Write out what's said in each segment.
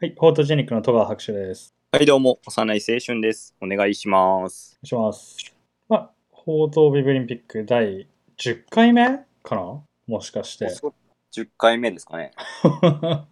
はい、フォートジェニックの戸川博士です。はい、どうも、幼い青春です。お願いします。お願いします。まあ、報道ビブリンピック第10回目かなもしか して。 10回目ですかね。 あ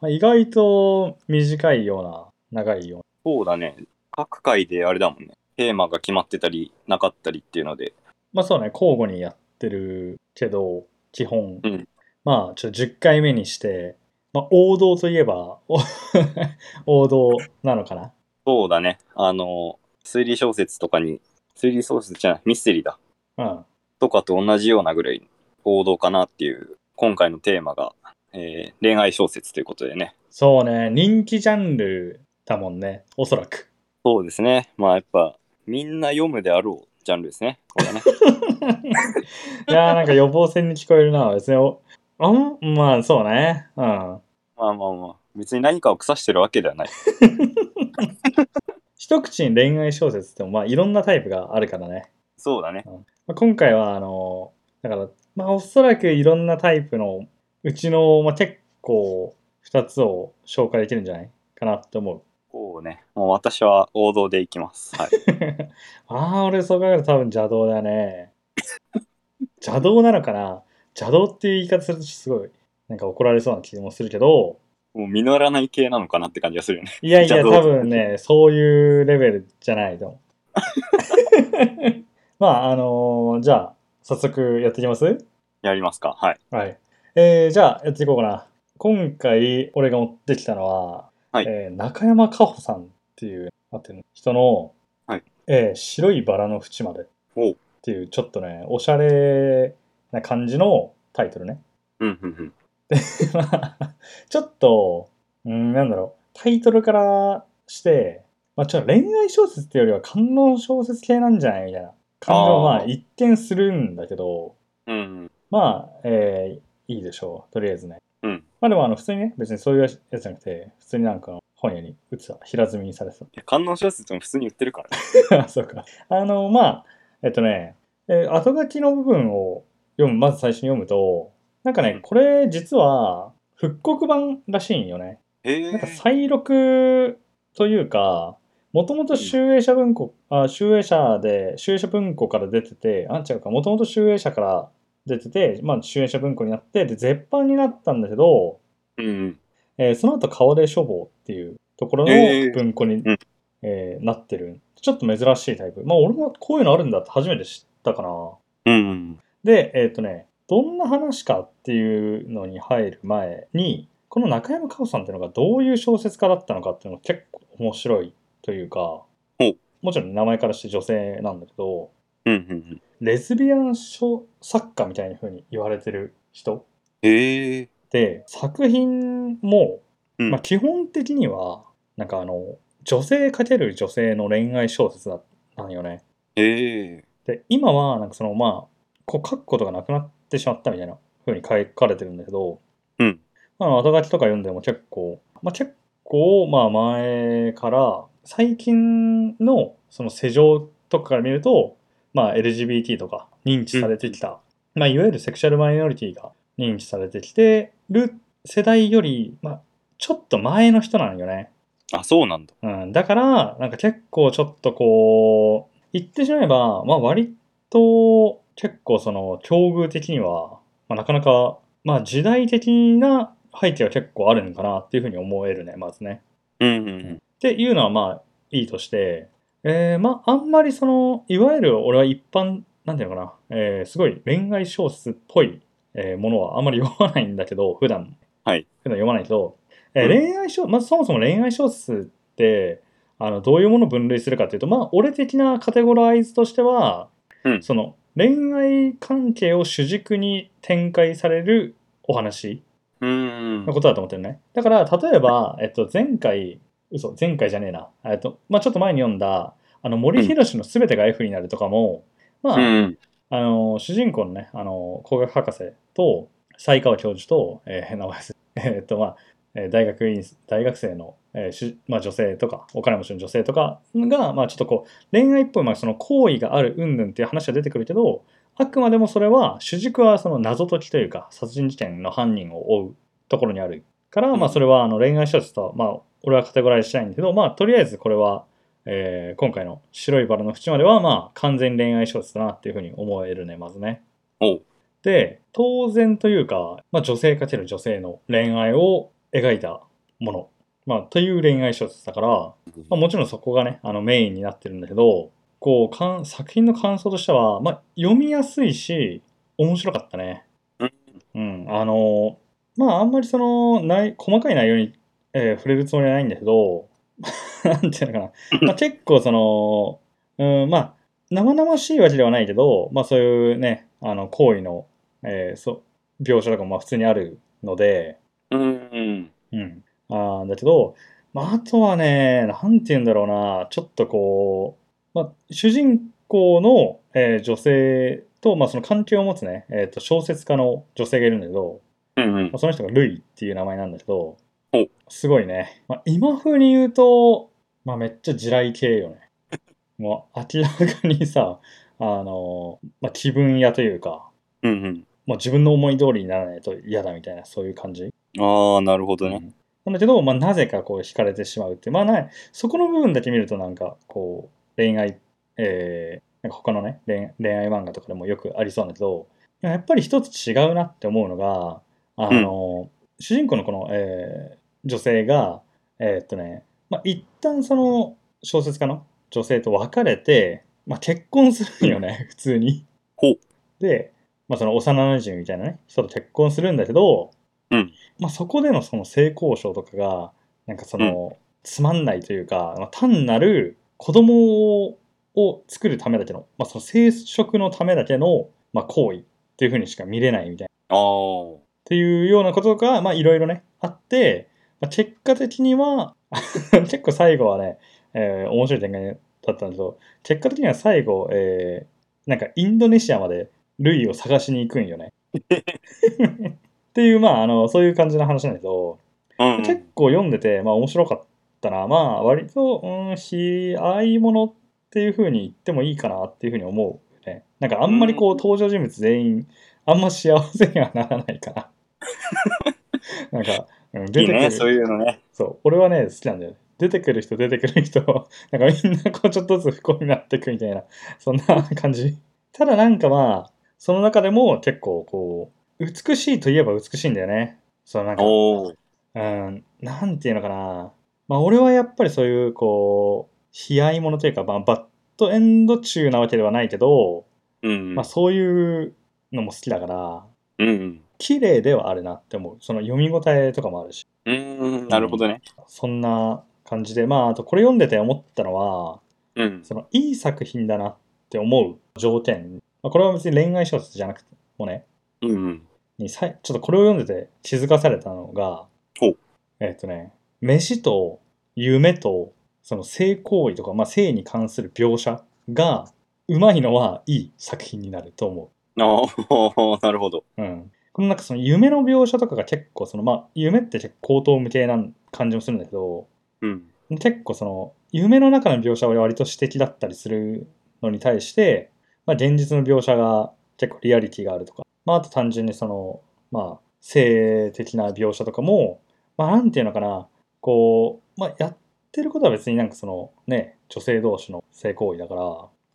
あ、意外と短いような、長いようそうだね。各回であれだもんね。テーマが決まってたり、なかったりっていうので。な。まあそうね、交互にやってるけど、基本。うんまあ、ちょっと10回目にして、まあ王道といえば、 お王道なのかなそうだね。あの、推理小説とかに、推理小説じゃない、ミステリーだ。うん。とかと同じようなぐらい王道かなっていう、今回のテーマが、えー恋愛小説ということでね。そうね、人気ジャンルだもんね、おそらく。そうですね。まあやっぱ、みんな読むであろうジャンルですね。これはね。いやーなんか予防線に聞こえるな別におあんまあそうねうんまあまあまあ、別に何かを腐してるわけではない。一口に恋愛小説ってもまあいろんなタイプがあるからね、そうだね。まあ、今回はあのだからまあおそらくいろんなタイプのうちの、まあ、結構2つを紹介できるんじゃないかなって思う こうね、もう私は王道でいきます。 はい。ああ俺そう考えると多分邪道だね邪道なのかな邪道っていう言い方するとすごいなんか怒られそうな気もするけどもう実らない系なのかなって感じがするよね。 いやいや、じゃあどう多分ね、そういうレベルじゃないと思う。 まあ、あのーじゃあ、早速やっていきますやりますか。はい。はい。えー、じゃあ、やっていこうかな。今回、俺が持ってきたのは、はいえー中山かほさんっていう、待ってね人の、はいえー白いバラの縁までっおう。ていう、ちょっとね、おしゃれな感じのタイトルね。うんうんうん。まあ ちょっと、うん、なんだろう、タイトルからして、まあ、ちょっと恋愛小説っていうよりは観音小説系なんじゃないみたいな感じもあーまあ一見するんだけど、うんまあ、えーいいでしょう、とりあえずね。うん。まあでもあの普通にね、別にそういうやつじゃなくて、普通になんか本屋に打つわ平積みにされていや観音小説も普通に売ってるからね。た。 そうか。あの、まあ、えっとね、えー後書きの部分を読む、まず最初に読むと、なんかうねん、これ実は復刻版らしいんよね。へえなんか再録というか、もともと集英社文庫、あ、集英社で、集英社文庫から出てて、あ、違うか、もともと集英社から出てて、まあ、集英社文庫になって、で、絶版になったんだけど、うんうん。えーその後、川出書房っていうところへーの文庫に、うんえーなってる。ちょっと珍しいタイプ。まあ、俺もこういうのあるんだって初めて知ったかな。うんうん。で、えっ、とね、どんな話かっていうのに入る前に、この中山かおさんっていうのがどういう小説家だったのかっていうのが結構面白いというかほう、もちろん名前からして女性なんだけど、うんうんうん。レズビアン小作家みたいな風に言われてる人へえ。で、作品も、うんまあ、基本的には、なんかあの、女性×る女性の恋愛小説だなんよね。へえ。で今はなんかそのまあこう書くことがなくなってしまったみたいな風に書かれてるんだけど、うんまあ、後書きとか読んでも結構、まあ、結構まあ前から最近のその世情とかから見ると、まあ、LGBT とか認知されてきた、まあ、いわゆるセクシャルマイノリティが認知されてきてる世代より、まあ、ちょっと前の人なんよね。あ、そうなんだ。うん、だから、なんか結構ちょっとこう、言ってしまえば、まあ割と結構その境遇的には、まあなかなか、まあ時代的な背景は結構あるのかなっていうふうに思えるね、まずね。うんうんっていうのはまあいいとして、えーまああんまりそのいわゆる俺は一般なんていうのかな、えーすごい恋愛小説っぽい、えーものはあんまり読まないんだけど普段、はい普段読まないけど、えーうん恋愛小まずそもそも恋愛小説ってあのどういうものを分類するかっていうとまあ俺的なカテゴライズとしては、うんその恋愛関係を主軸に展開されるお話、うん。うんうのん。ことだと思ってるね。だから、例えば、えっと、前回、嘘、前回じゃねえな。えっと、まあちょっと前に読んだ、あの、森博のすべてが F になるとかも、まあ、うんあの、主人公のね、あの、工学博士と、才川教授と、えー、名前忘れ えっと、まあ、えー大学院、大学生の、えーしまあ、女性とか、お金持ちの女性とかが、まあ、ちょっとこう、恋愛っぽい、まあ、その行為がある、うんぬんっていう話は出てくるけど、あくまでもそれは、主軸はその謎解きというか、殺人事件の犯人を追うところにあるから、まあうんそれはあの恋愛小説とは、まあ俺はカテゴライズしないんだけど、まあとりあえずこれは、えー今回の白いバラの縁までは、まあ完全恋愛小説だなっていうふうに思えるね、まずね。おうで、当然というか、まあ女性×女性の恋愛を描いたもの、まあという恋愛小説だから、まあ、もちろんそこがね、あのメインになってるんだけど、こう、かん作品の感想としては、まあ、読みやすいし、面白かったね。うん。うん。あの、まあ、あんまりその、ない、細かい内容に、えー触れるつもりはないんだけど、 なんていうのかな。まあ、結構その、うん、まあ、生々しいわけではないけど、まあ、そういうね、あの、行為の、えーそう、描写とかもまあ普通にあるので、うん。うん。あーだけど、まあ、あとはね、なんて言うんだろうな、ちょっとこう、まあ、主人公の、えー女性と、まあ、その関係を持つね、えーと、小説家の女性がいるんだけど、うんうんまあ、。その人がルイっていう名前なんだけどお、すごいね。まあ、今風に言うと、まあ、めっちゃ地雷系よね。もう明らかにさ、あのまあ、気分屋というか、うんうん。もう自分の思い通りにならないと嫌だみたいな、そういう感じ。ああ、なるほどね。なんだけど、まあ、なぜかこう惹かれてしまうっていう、まあない、そこの部分だけ見るとなんかこう恋愛、えーなんか他のね恋恋愛漫画とかでもよくありそうなんだけどでもやっぱり一つ違うなって思うのがあの、主人公のこの、えー女性がえーっとね、まあ、一旦その小説家の女性と別れて、まあ、結婚するんよね普通に。ほうで、まあ、その幼馴染みたいなね人と結婚するんだけど、うんまあ、そこでのその性交渉とかがなんかその、つまんないというか、まあ、単なる子供をを作るためだけの、まあ、その生殖のためだけの、まあ、行為っていうふうにしか見れないみたいな。ああ。っていうようなことが、まあ、いろいろね、あって、まあ、結果的には、 結構最後はね、えー面白い展開だったんですけど、結果的には最後、えーなんかインドネシアまでルイを探しに行くんよね。っていう、まあ、あの、そういう感じの話なんだけど、うんうん。結構読んでて、まあ、面白かったな。まあ、割と、うん、ひ、ああいうものっていう風に言ってもいいかなっていう風に思う、ね。なんか、あんまりこう、うん登場人物全員、あんま幸せにはならない から。なんか、うん出ていいくるね、そういうのね。そう、俺はね、好きなんだよね。出てくる人、出てくる人、 なんかみんなこうちょっとずつ不幸になってくみたいな、そんな感じ。ただなんかまあ、その中でも結構こう、美しいといえば美しいんだよね。そのなんか、おお。うん、なんていうのかな。まあ俺はやっぱりそういう、こう、悲哀ものというか、まあバッドエンド中なわけではないけど、うん。まあそういうのも好きだから、うんうん。綺麗ではあるなって思う。その読み応えとかもあるし。うん。なるほどね。そんな感じで、まあ、あとこれ読んでて思ったのは、うん。そのいい作品だなって思う条件、まあ、これは別に恋愛小説じゃなくてもね、うんうん。にさいちょっとこれを読んでて気づかされたのがほう、えっ、とね、飯と夢とその性行為とか、まあ、性に関する描写がうまいのはいい作品になると思う。ああ、 なるほど。うん。このなんかその夢の描写とかが結構そのまあ夢って結構高等無形な感じもするんだけど、うん。結構その夢の中の描写は割と詩的だったりするのに対して、まあ、現実の描写が結構リアリティがあるとか、まあ、あと単純にその、まあ、性的な描写とかも、まあ、なんていうのかなこう、まあ、やってることは別になんかそのね女性同士の性行為だから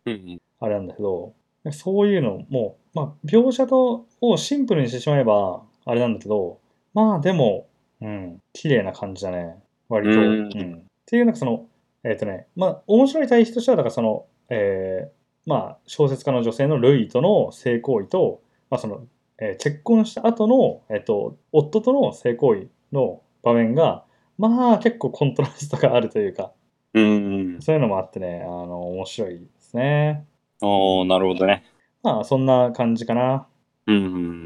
うんあれなんだけどそういうのも、まあ、描写とをシンプルにしてしまえばあれなんだけどまあでもうん綺麗な感じだね割と。うんうんっていうなんかそのえっ、とねまあ面白い対比としてはだからそのえーまあ小説家の女性のルイとの性行為と、まあそのえー結婚した後の、えっと夫との性行為の場面がまあ結構コントラストがあるというかうん。うん。そういうのもあってねあの面白いですね。ああ、なるほどね。まあ、そんな感じかな。うんう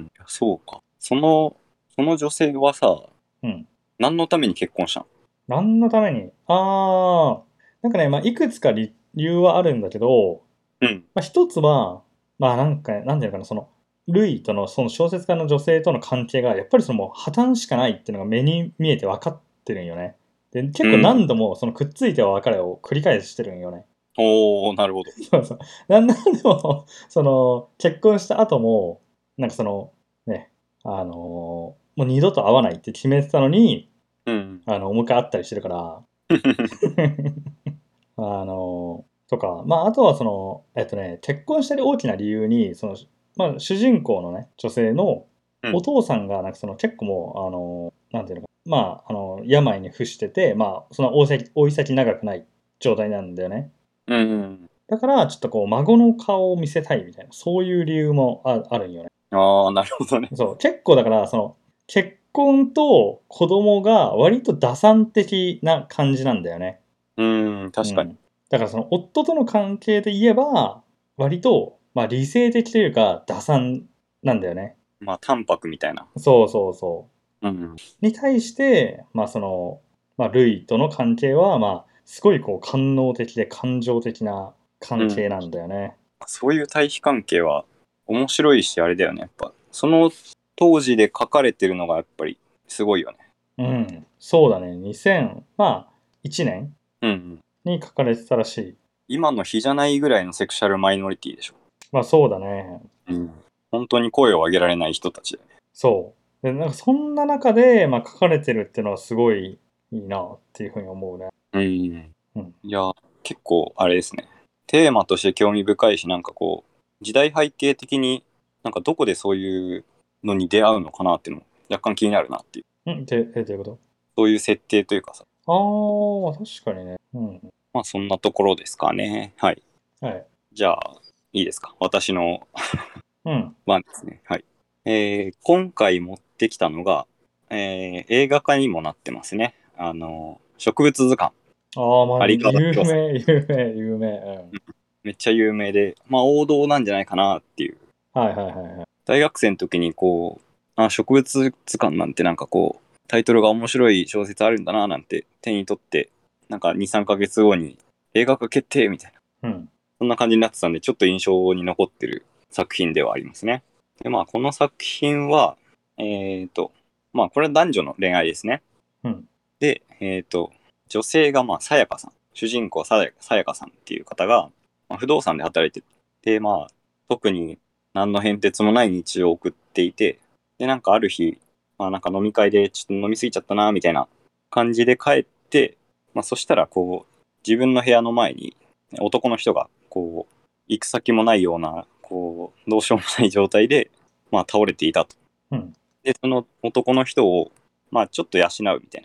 ん。そうか。その、その女性はさ、うん。何のために結婚したの何のためにああ、なんかね、まあ、いくつか理理由はあるんだけど、うん。まあ、一つは、まあ、なんか、なんていうのかな、その、ルイとの、その小説家の女性との関係が、やっぱりそのもう破綻しかないっていうのが目に見えて分かってるんよね。で、結構何度も、そのくっついては別れを繰り返してるんよね。おおなるほど。そうそう。なんなんでも、その、結婚した後も、なんかその、ね、あのーもう二度と会わないって決めてたのに、うん。あの、もう一回会ったりしてるから、あの、とか、まあ、あとはその、えっとね、結婚したり大きな理由に、その、まあ、主人公のね、女性のうんお父さんが、なんかその結構もう、あの、なんていうのか、まあ、あの、病に伏してて、まあ、その大先、追い先長くない状態なんだよね。うん。だから、ちょっとこう、孫の顔を見せたいみたいな、そういう理由もああるんよね。ああ、なるほどね。そう、結構だから、その、結婚と子供が割と打算的な感じなんだよね。うん、確かに。うんだからその夫との関係で言えば割と、まあ、理性的というか打算なんだよねまあ、淡白みたいな。そうそうそうん。うに対してまあその、まあ、ルイとの関係はまあすごいこう官能的で感情的な関係なんだよね、そういう対比関係は面白いし、あれだよね。やっぱ、その当時で書かれてるのがやっぱりすごいよね。うんそうだね2000まあ1年うんうん。に書かれてたらしい今の比じゃないぐらいのセクシャルマイノリティでしょ。まあそうだねうん。本当に声を上げられない人たちだよね。そうでなんかそんな中で、まあ、書かれてるっていうのはすごいいいなっていうふうに思うねうん。うんいや、結構あれですね。テーマとして興味深いし、なんかこう、時代背景的になんかどこでそういうのに出会うのかなっていうのも若干気になるなっていう。うんでえどういうことそういう設定というかさ。ああ、確かにね。うん。まあそんなところですかね。はい。はい。じゃあ、いいですか。私のうん。番ですね。はい。えー今回持ってきたのが、えー映画化にもなってますね。あの、植物図鑑。ああ、まあ、あり有がとう名、有名、有名。うん。めっちゃ有名で、まあ王道なんじゃないかなっていう。はいはいはいはい。大学生の時にこう、あ、植物図鑑なんてなんかこう、タイトルが面白い小説あるんだななんて手に取って、なんか2、3ヶ月後に映画化決定みたいな。うん。そんな感じになってたんで、ちょっと印象に残ってる作品ではありますね。で、まあ、この作品は、えっ、と、まあ、これは男女の恋愛ですね。うんで、えっ、と、女性が、まあ、さやかさん、主人公さやさやかさんっていう方が、まあ、不動産で働いてる。で、まあ、特に何の変哲もない日常を送っていて、で、なんかある日、まあ、なんか飲み会でちょっと飲みすぎちゃったな、みたいな感じで帰って、まあ、そしたら、こう、自分の部屋の前に男の人がこう行く先もないようなこうどうしようもない状態で、まあ、倒れていたと、うんでその男の人を、まあ、ちょっと養うみたい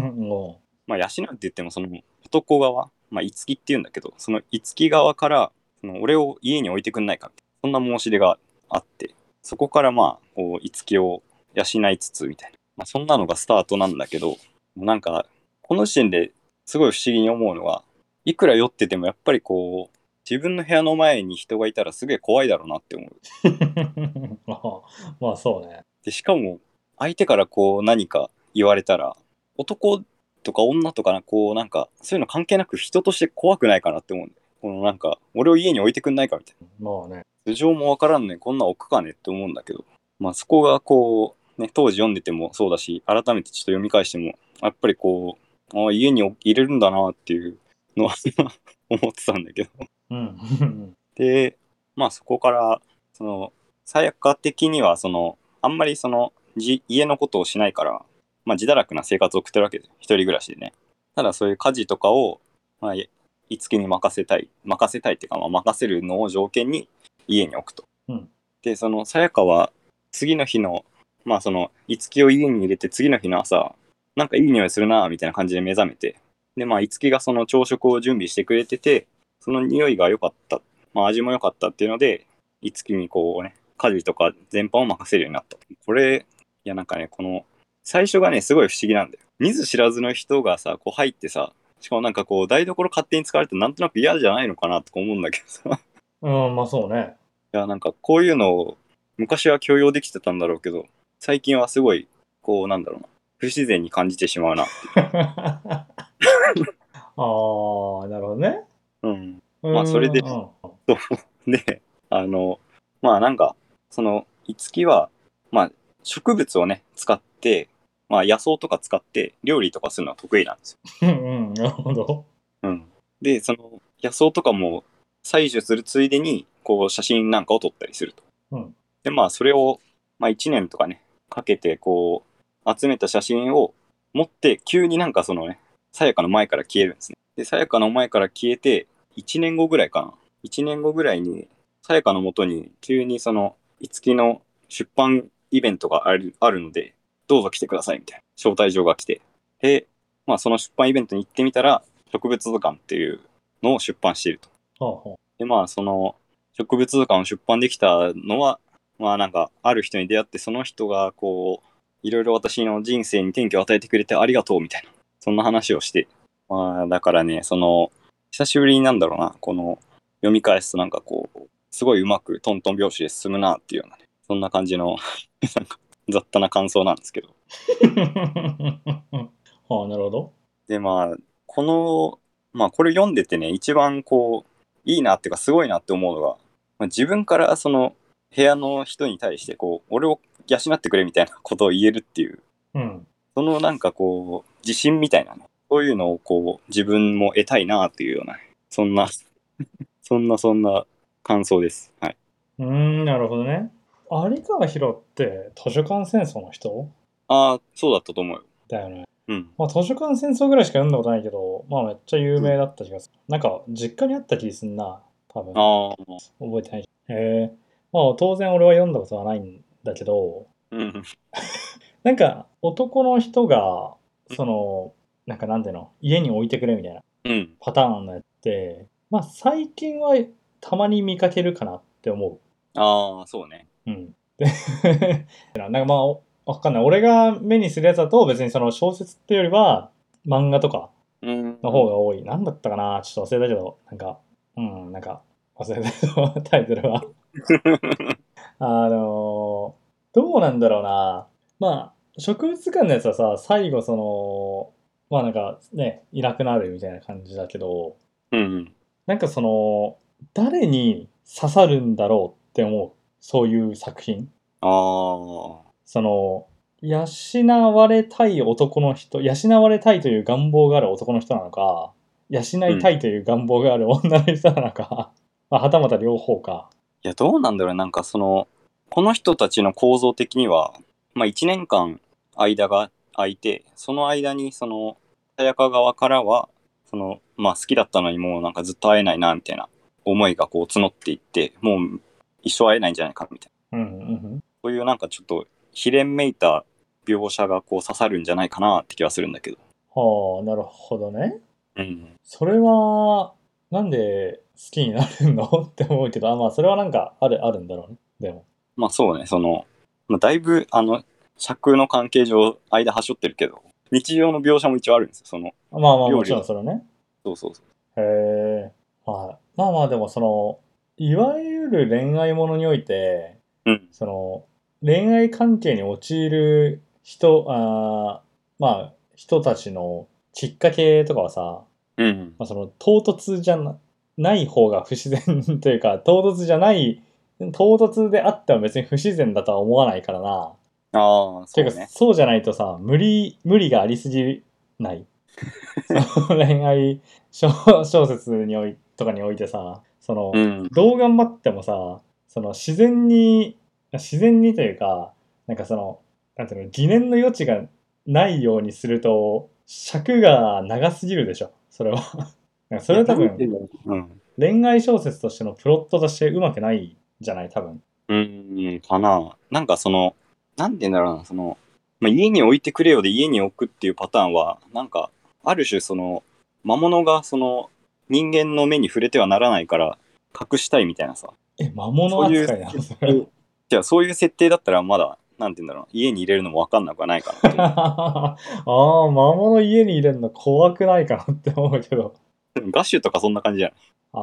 もまあ、養うって言ってもその男側まあ樹っていうんだけどその樹側からその俺を家に置いてくんないかってそんな申し出があってそこからまあこう樹を養いつつみたいな、まあ、そんなのがスタートなんだけどなんかこの時点ですごい不思議に思うのはいくら酔っててもやっぱりこう自分の部屋の前に人がいたらすげえ怖いだろうなって思うう。まあ、まあそうね。でしかも相手からこう何か言われたら男とか女とかこうなんかそういうの関係なく人として怖くないかなって思うんだよこのなんか俺を家に置いてくんないかみたいまあね。な頭上もわからんのにこんな置くかねって思うんだけどまあそこがこうね当時読んでてもそうだし改めてちょっと読み返してもやっぱりこうああ家に置入れるんだなっていうのは 思ってたんだけどうん。 でまあそこからそのさやか的にはそのあんまりそのじ家のことをしないから、まあ、自堕落な生活を送ってるわけですよ一人暮らしでねただそういう家事とかを、まあ、いいつきに任せたい任せたいっていうか、まあ、任せるのを条件に家に置くと、うんでそのさやかは次の日のまあそのいつきを家に入れて次の日の朝なんかいい匂いするなみたいな感じで目覚めてでまあいつきがその朝食を準備してくれててその匂いが良かったまあ、味も良かったっていうので、いつきにこうね、家事とか全般を任せるようになった。これ、いやなんかね、この、最初がね、すごい不思議なんだよ。見ず知らずの人がさ、こう入ってさ、しかもなんかこう、台所勝手に使われてなんとなく嫌じゃないのかなとか思うんだけどさ。 いうん、まあそうね。 や、なんかこういうのを、昔は許容できてたんだろうけど、最近はすごい、こう、なんだろうな、不自然に感じてしまうな。ああ、なるほどね。うん。うんまあそれでうん で、あの、まあなんか、その、いつきは、まあ、植物をね、使って、まあ野草とか使って料理とかするのは得意なんですよ。うん、うんなるほど。うん。で、その、野草とかも採取するついでに、こう、写真なんかを撮ったりすると。うんで、まあ、それを、まあ、1年とかね、かけて、こう、集めた写真を持って、急になんかそのね、さやかの前から消えるんですね。で、さやかの前から消えて、1年後ぐらいかな。1年後ぐらいに、さやかのもとに急にその、いつきの出版イベントがあるあるので、どうぞ来てくださいみたいな招待状が来て。で、まあその出版イベントに行ってみたら、植物図鑑っていうのを出版していると。はあはでまあその植物図鑑を出版できたのはまあなんかある人に出会ってその人がこういろいろ私の人生に転機を与えてくれてありがとうみたいなそんな話をしてまあだからねその久しぶりになんだろうなこの読み返すとなんかこうすごいうまくトントン拍子で進むなっていうような、ね、そんな感じの なんか雑多な感想なんですけど あはあなるほどでまあこのまあこれ読んでてね一番こういいなっていうかすごいなって思うのが、まあ、自分からその部屋の人に対してこう俺を養ってくれみたいなことを言えるっていううんそのなんかこう自信みたいなねそういうのをこう自分も得たいなっていうようなそんな そんなそんな感想です。はいうーんなるほどね有川博って図書館戦争の人ああそうだったと思うよ。だよねうん。まあ図書館戦争ぐらいしか読んだことないけどまあめっちゃ有名だった気がする、なんか実家にあった気すんな多分ああ。覚えてないへえまあ当然俺は読んだことはないんだけどうん。なんか男の人がうんそのなんかなんていうの家に置いてくれみたいなうん。パターンのやつってまあ最近はたまに見かけるかなって思ああそうね。ううん でなんかまあおわかんない俺が目にするやつだと別にその小説っていうよりは漫画とかうん。の方が多い。なんだったかなちょっと忘れたけど、なんか、うん、なんか、忘れたけど、タイトルは。あのーどうなんだろうな。まあ、植物館のやつはさ、最後その、まあなんかね、いなくなるみたいな感じだけど、うん。なんかその、誰に刺さるんだろうって思う。そういう作品。ああ。その、養われたい男の人、養われたいという願望がある男の人なのか、養いたいという願望がある女の人なのか、 まあ、はたまた両方か。いや、どうなんだろうなんかその、この人たちの構造的には、まあ1年間間が空いて、その間にその、さやか側からは、その、まあ好きだったのにもうなんかずっと会えないな、みたいな思いがこう募っていって、もう一生会えないんじゃないか、みたいな。うんうんそういうなんかちょっと、ひれんめいた描写がこう刺さるんじゃないかなって気はするんだけど。うん。はあ、なるほどね。うん。それは、なんで好きになるの って思うけど、あまあ、それはなんかある、あるんだろうね。でも。まあそうね、その、まあ、だいぶ、あの、尺の関係上、間端折ってるけど、日常の描写も一応あるんですよ、その、まあまあ、料理もちろんそれはね。そうそうそう。へえ。まあ、まあまあ、でもその、いわゆる恋愛ものにおいて、うん。その恋愛関係に陥る人あーまあ人たちのきっかけとかはさ、うん。まあ、その唐突じゃなない方が不自然というか唐突じゃない唐突であっては別に不自然だとは思わないからな。ああ、てそういうかね。そうじゃないとさ無理無理がありすぎない その恋愛小小説においとかにおいてさその、うん。どう頑張ってもさその自然に自然にというかなんかそのなんていうの疑念の余地がないようにすると尺が長すぎるでしょそれは なんかそれは多分うん。恋愛小説としてのプロットとしてうまくないじゃない多分うん、かな。なんかその、なんて言うんだろうな、その、まあ、家に置いてくれよで家に置くっていうパターンは、なんか、ある種その、魔物がその、人間の目に触れてはならないから、隠したいみたいなさ。え魔物そういう扱いなのそれうんじゃあそういう設定だったらまだ、なんて言うんだろうな、家に入れるのもわかんなくはないかなっ ていう。ああ魔物家に入れるの怖くないかなって思うけどでもガッシュとかそんな感じじゃない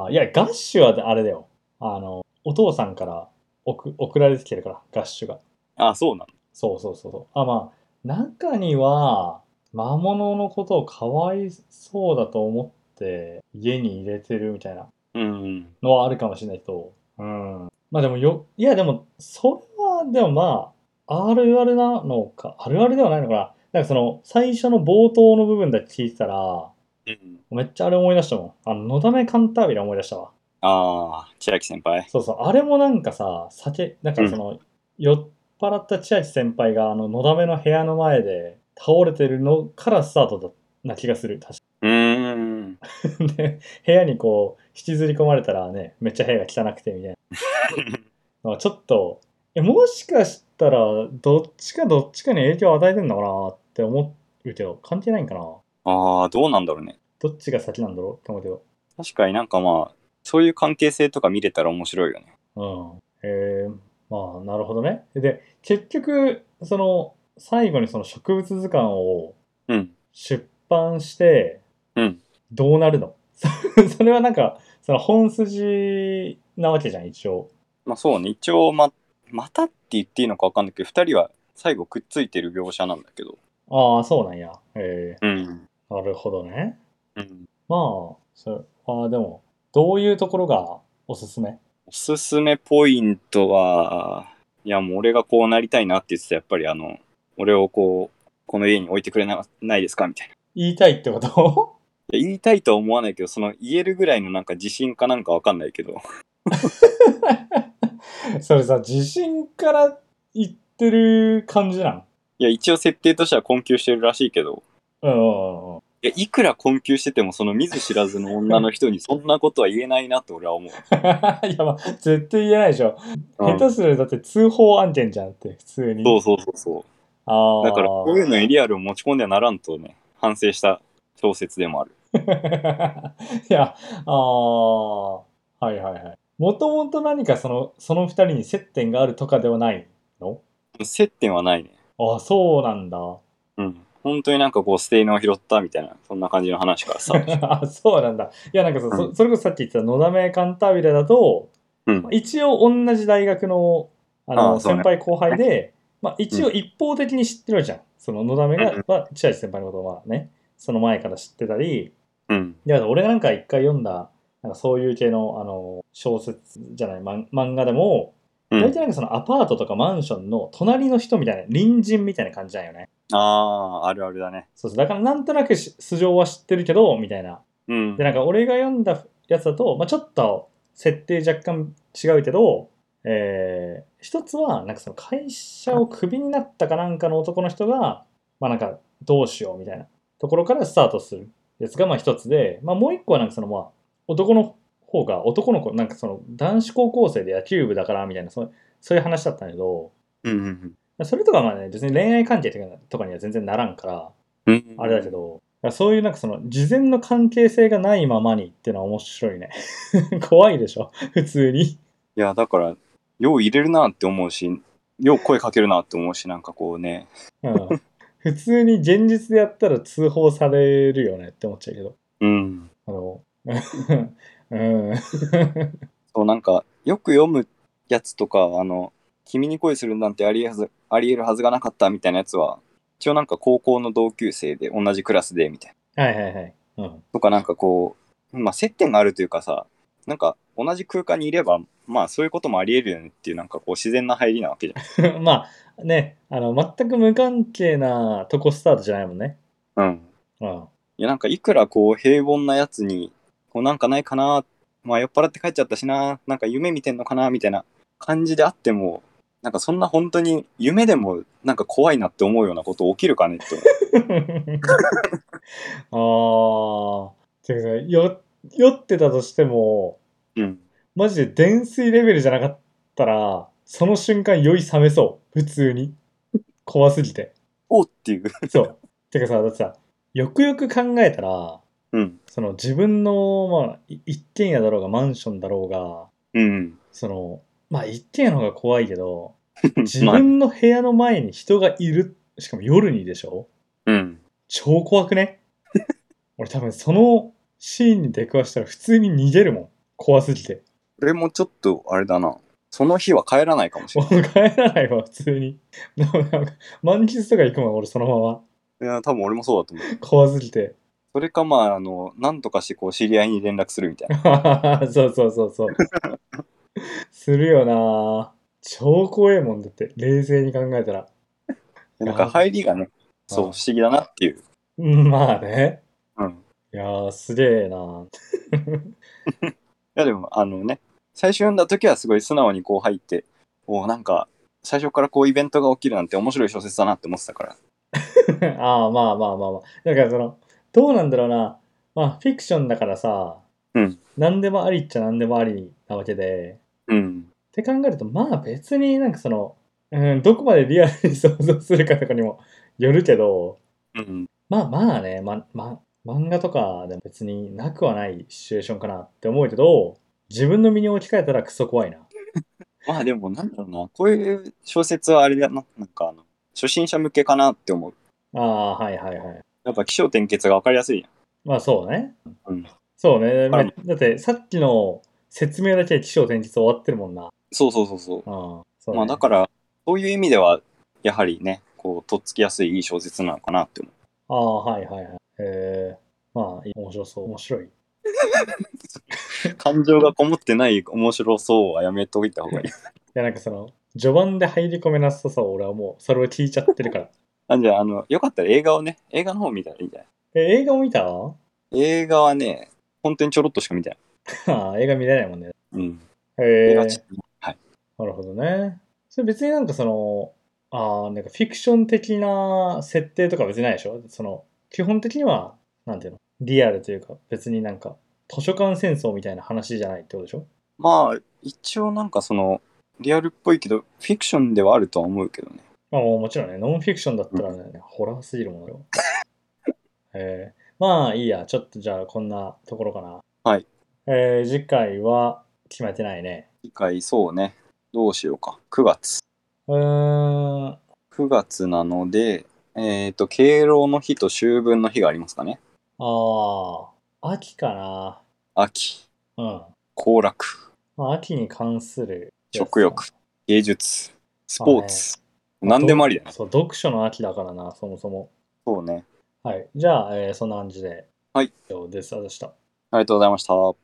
あいやガッシュはあれだよあのお父さんから送送られてきてるからガッシュがああ、そうなそうそうそうそう。あ、まあ、中には、魔物のことをかわいそうだと思って、家に入れてるみたいなの。うん。のはあるかもしれないけど、うん。まあでもよ、いやでも、それは、でもまあ、あるあるなのか、あるあるではないのかな。なんかその、最初の冒頭の部分だけ聞いてたら、うん。めっちゃあれ思い出したもん。あの、のだめカンタービレ思い出したわ。ああ、千秋先輩。そうそう、あれもなんかさ、酒、なんかその、酔っ払った千秋先輩があののだめの部屋の前で倒れてるのからスタートだな気がする確うーん。か で部屋にこう引きずり込まれたらねめっちゃ部屋が汚くてみたい なまあちょっとえもしかしたらどっちかどっちかに影響を与えてんのかなって思うけど関係ないんかなああ、どうなんだろうね。どっちが先なんだろうって思うけど確かになんかまあ、そういう関係性とか見れたら面白いよね。うん。えー、まあ、なるほどね。で、結局、その、最後にその植物図鑑をうん。出版して、うんどうなるの それはなんか、その本筋なわけじゃん、一応。まあそうね、一応ま、またって言っていいのかわかんないけど、二人は最後くっついてる描写なんだけど。ああ、そうなんや。えうん。ー、なるほどね。うん。まあ、そあーでも、どういうところがおすすめおすすめポイントは、いやもう俺がこうなりたいなって言ってたやっぱりあの、俺をこう、この家に置いてくれなないですかみたいな。言いたいってこと いや言いたいとは思わないけど、その言えるぐらいのなんか自信かなんかわかんないけど。それさ、自信から言ってる感じなんいや、一応設定としては困窮してるらしいけど、うんうん うん。いや、いくら困窮してても、その見ず知らずの女の人にそんなことは言えないなって俺は思う。いやまあ絶対言えないでしょ、うん下手するとだって通報案件じゃんって普通にそうそうそうそあう。あだから、こういうのにリアルを持ち込んではならんとね、反省した小説でもある。 いやああはいはいはいもともと何かそのその2人に接点があるとかではないの接点はないね。ああそうなんだうん。本当になんかこう、ステイナーを拾ったみたいな、そんな感じの話からさ。 あそうなんだいやなんかさ、うそそれこそさっき言ってた「のだめカンタービレ」だと、うんまあ一応同じ大学のあのああそう先ね輩後輩で、まあ、一応一方的に知ってるわけじゃん、そののだめが、うんまあ、千秋先輩のことはねその前から知ってたり うん。であと俺がなんか一回読んだなんかそういう系のあの小説じゃない漫漫画でも、う大ん体、なんかそのアパートとかマンションの隣の人みたいな隣人みたいな感じなんよねああー、あるあるだね。そうそうだからなんとなくし素性は知ってるけどみたいなうんで。なんか俺が読んだやつだと、まあ、ちょっと設定若干違うけど、えー一つはなんかその会社をクビになったかなんかの男の人が、まあ、なんかどうしようみたいなところからスタートするやつがまあ一つで、まあ、もう一個はなんかそのまあ男の方が男の子なんかその男子高校生で野球部だからみたいなそうそういう話だったんだけどうんうんそれとかまあね別に恋愛関係とかとかには全然ならんからうん。うんあれだけど、いやそういうなんかその事前の関係性がないままにっていうのは面白いね。 怖いでしょ普通に。いや、だから、よう入れるなって思うし、よう声かけるなって思うし、なんかこうね、うん、普通に現実でやったら通報されるよねって思っちゃうけど。うん。あの、 うん。そう、なんか、よく読むやつとか、あの、君に恋するなんてありえはずありえるはずがなかったみたいなやつは、一応なんか高校の同級生で、同じクラスで、みたいな。はいはいはい。うん。 とか、なんかこう、まあ、接点があるというかさ、なんか、同じ空間にいれば、まあ、そういうこともありえるよねっていう、なんかこう、自然な入りなわけじまあね、あの、全く無関係なとこスタートじゃないもんね。ゃん。うん。うん。 いや、なんか、いくらこう、平凡なやつに、こう、なんかないかな、まあ、酔っ払って帰っちゃったしな、なんか夢見てんのかな、みたいな感じであっても、なんかそんな本当に夢でもなんか怖いなって思うようなこと起きるかねって思う。あー。てかさよ酔ってたとしても、うん。マジで電水レベルじゃなかったら、その瞬間酔い冷めそう。普通に。怖すぎて。おっていう。そう。てかさ、だってさ、よくよく考えたら、うん。その自分の、まあ、い一軒家だろうがマンションだろうが、うん。その、まあ一軒家の方が怖いけど、自分の部屋の前に人がいる、しかも夜にでしょうん。超怖くね俺多分そのシーンに出くわしたら普通に逃げるもん。怖すぎて。これもちょっと、あれだな。その日は帰らないかもし れもなう帰らないわ、普通に。でもなんか、満喫とか行くもん、俺そのまま。い。いや、多分俺もそうだと思う。怖すぎて。 それか、まあ、あの、なんとかして、こう、知り合いに連絡するみたいな。そうそうそうそう。するよなぁ超怖えもんだって、冷静に考えたら。いやなんか、入りがね、そう、不思議だなっていう。うんまあね。うん。いやー、すげえな ぁいやでもあのね最初読んだ時はすごい素直にこう入っておなんか最初からこうイベントが起きるなんて面白い小説だなって思ってたから。ああ、まあまあまあまあ。だからその、どうなんだろうな。まあ、フィクションだからさ、うん何でもありっちゃ何でもありなわけで、うん。って考えると、まあ別になんかその、うん、どこまでリアルに想像するかとかにもよるけど、うん。まあまあね、ま、ま、漫画とかでも別になくはないシチュエーションかなって思うけど、自分の身に置き換えたらクソ怖いな。まあでも、なんだろうな。こういう小説はあれだな。なんかあの、初心者向けかなって思う。ああ、はいはいはい。やっぱ起承転結が分かりやすいやん。まあそうね。うんそうね。まあうんだってさっきの説明だけで起承転結終わってるもんな。そうそうそうそう。ああ、そうね、まあだから、そういう意味では、やはりね、こう、とっつきやすいいい小説なのかなって思う。ああ、はいはいはい。ええまあ、面白そう。面白い。感情がこもってない面白そうはやめといた方がいい。いや、なんかその、序盤で入り込めなさそう。俺はもう、それを聞いちゃってるから。 あじゃあ、あの、よかったら映画をね、映画の方見たらいいんじゃないえ、映画も見た あ映画はね、本当にちょろっとしか見てない。あ、映画見れないもんね。うん。え映え画ちなるほどね。それ別になんかその、ああ、なんかフィクション的な設定とか別にないでしょその、基本的には、なんていうのリアルというか、別になんか、図書館戦争みたいな話じゃないってことでしょまあ、一応なんかその、リアルっぽいけど、フィクションではあるとは思うけどね。まあもうもちろんね、ノンフィクションだったらね、ホラーすぎるものよ。 えー、まあいいや、ちょっとじゃあこんなところかな。はい。えー、次回は決めてないね。次回、そうね。どうしようか。9月。うーん、 9月なので、えっ、と、敬老の日と秋分の日がありますかね。ああ、秋かな。秋、うん。行楽、まあ、秋に関するやつだ。食欲、芸術、スポーツ。何でもありだね。そう、読書の秋だからな、そもそも。そうね。はい。じゃあ、えーそんな感じで。はい。以上です。ありがとうございました。ありがとうございました。